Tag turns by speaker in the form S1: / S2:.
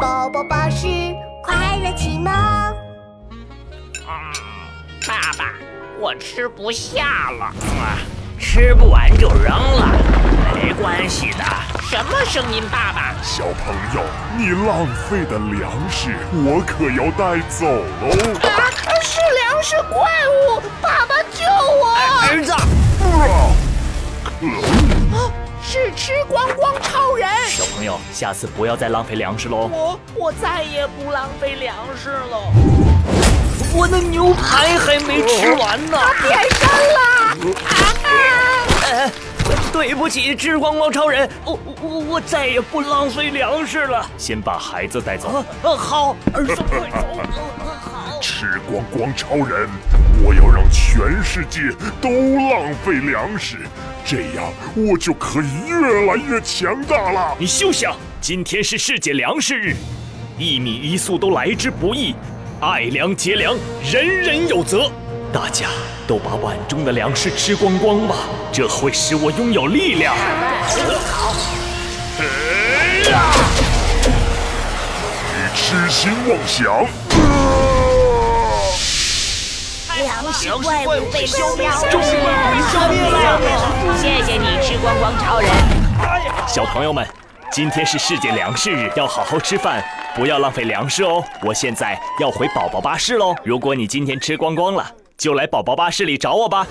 S1: 宝宝巴士快乐启蒙。
S2: 啊，爸爸，我吃不下了，啊，吃不完就扔了，没关系的。什么声音，爸爸？
S3: 小朋友，你浪费的粮食我可要带走喽！
S4: 啊，是粮食怪物！爸爸救我！
S2: 哎儿子，
S3: 啊，可恶！
S4: 啊是吃光光超人！
S5: 小朋友，下次不要再浪费粮食喽。
S4: 我我再也不浪费粮食了。
S2: 我的牛排还没吃完呢。
S4: 变身啦！
S2: 哎，对不起，吃光光超人，我我我再也不浪费粮食了。
S5: 先把孩子带走。
S2: 啊啊，好，儿子快走。啊好。
S3: 吃光光超人，我要让全世界都浪费粮食，这样我就可以越来越强大了。
S5: 你休想！今天是世界粮食日，一米一粟都来之不易，爱粮节粮，人人有责。大家都把碗中的粮食吃光光吧，这会使我拥有力量。
S3: 你痴心妄想！
S1: 粮食
S2: 粮食
S1: 怪
S2: 怪
S1: 物
S2: 物
S1: 被
S2: 被
S1: 消
S2: 消
S1: 灭
S2: 灭
S1: 了
S2: 了，
S1: 消灭了。
S6: 谢谢你，吃光光超人。
S5: 小朋友们，今天是世界粮食日，要好好吃饭，不要浪费粮食哦。我现在要回宝宝巴士喽。如果你今天吃光光了，就来宝宝巴士里找我吧。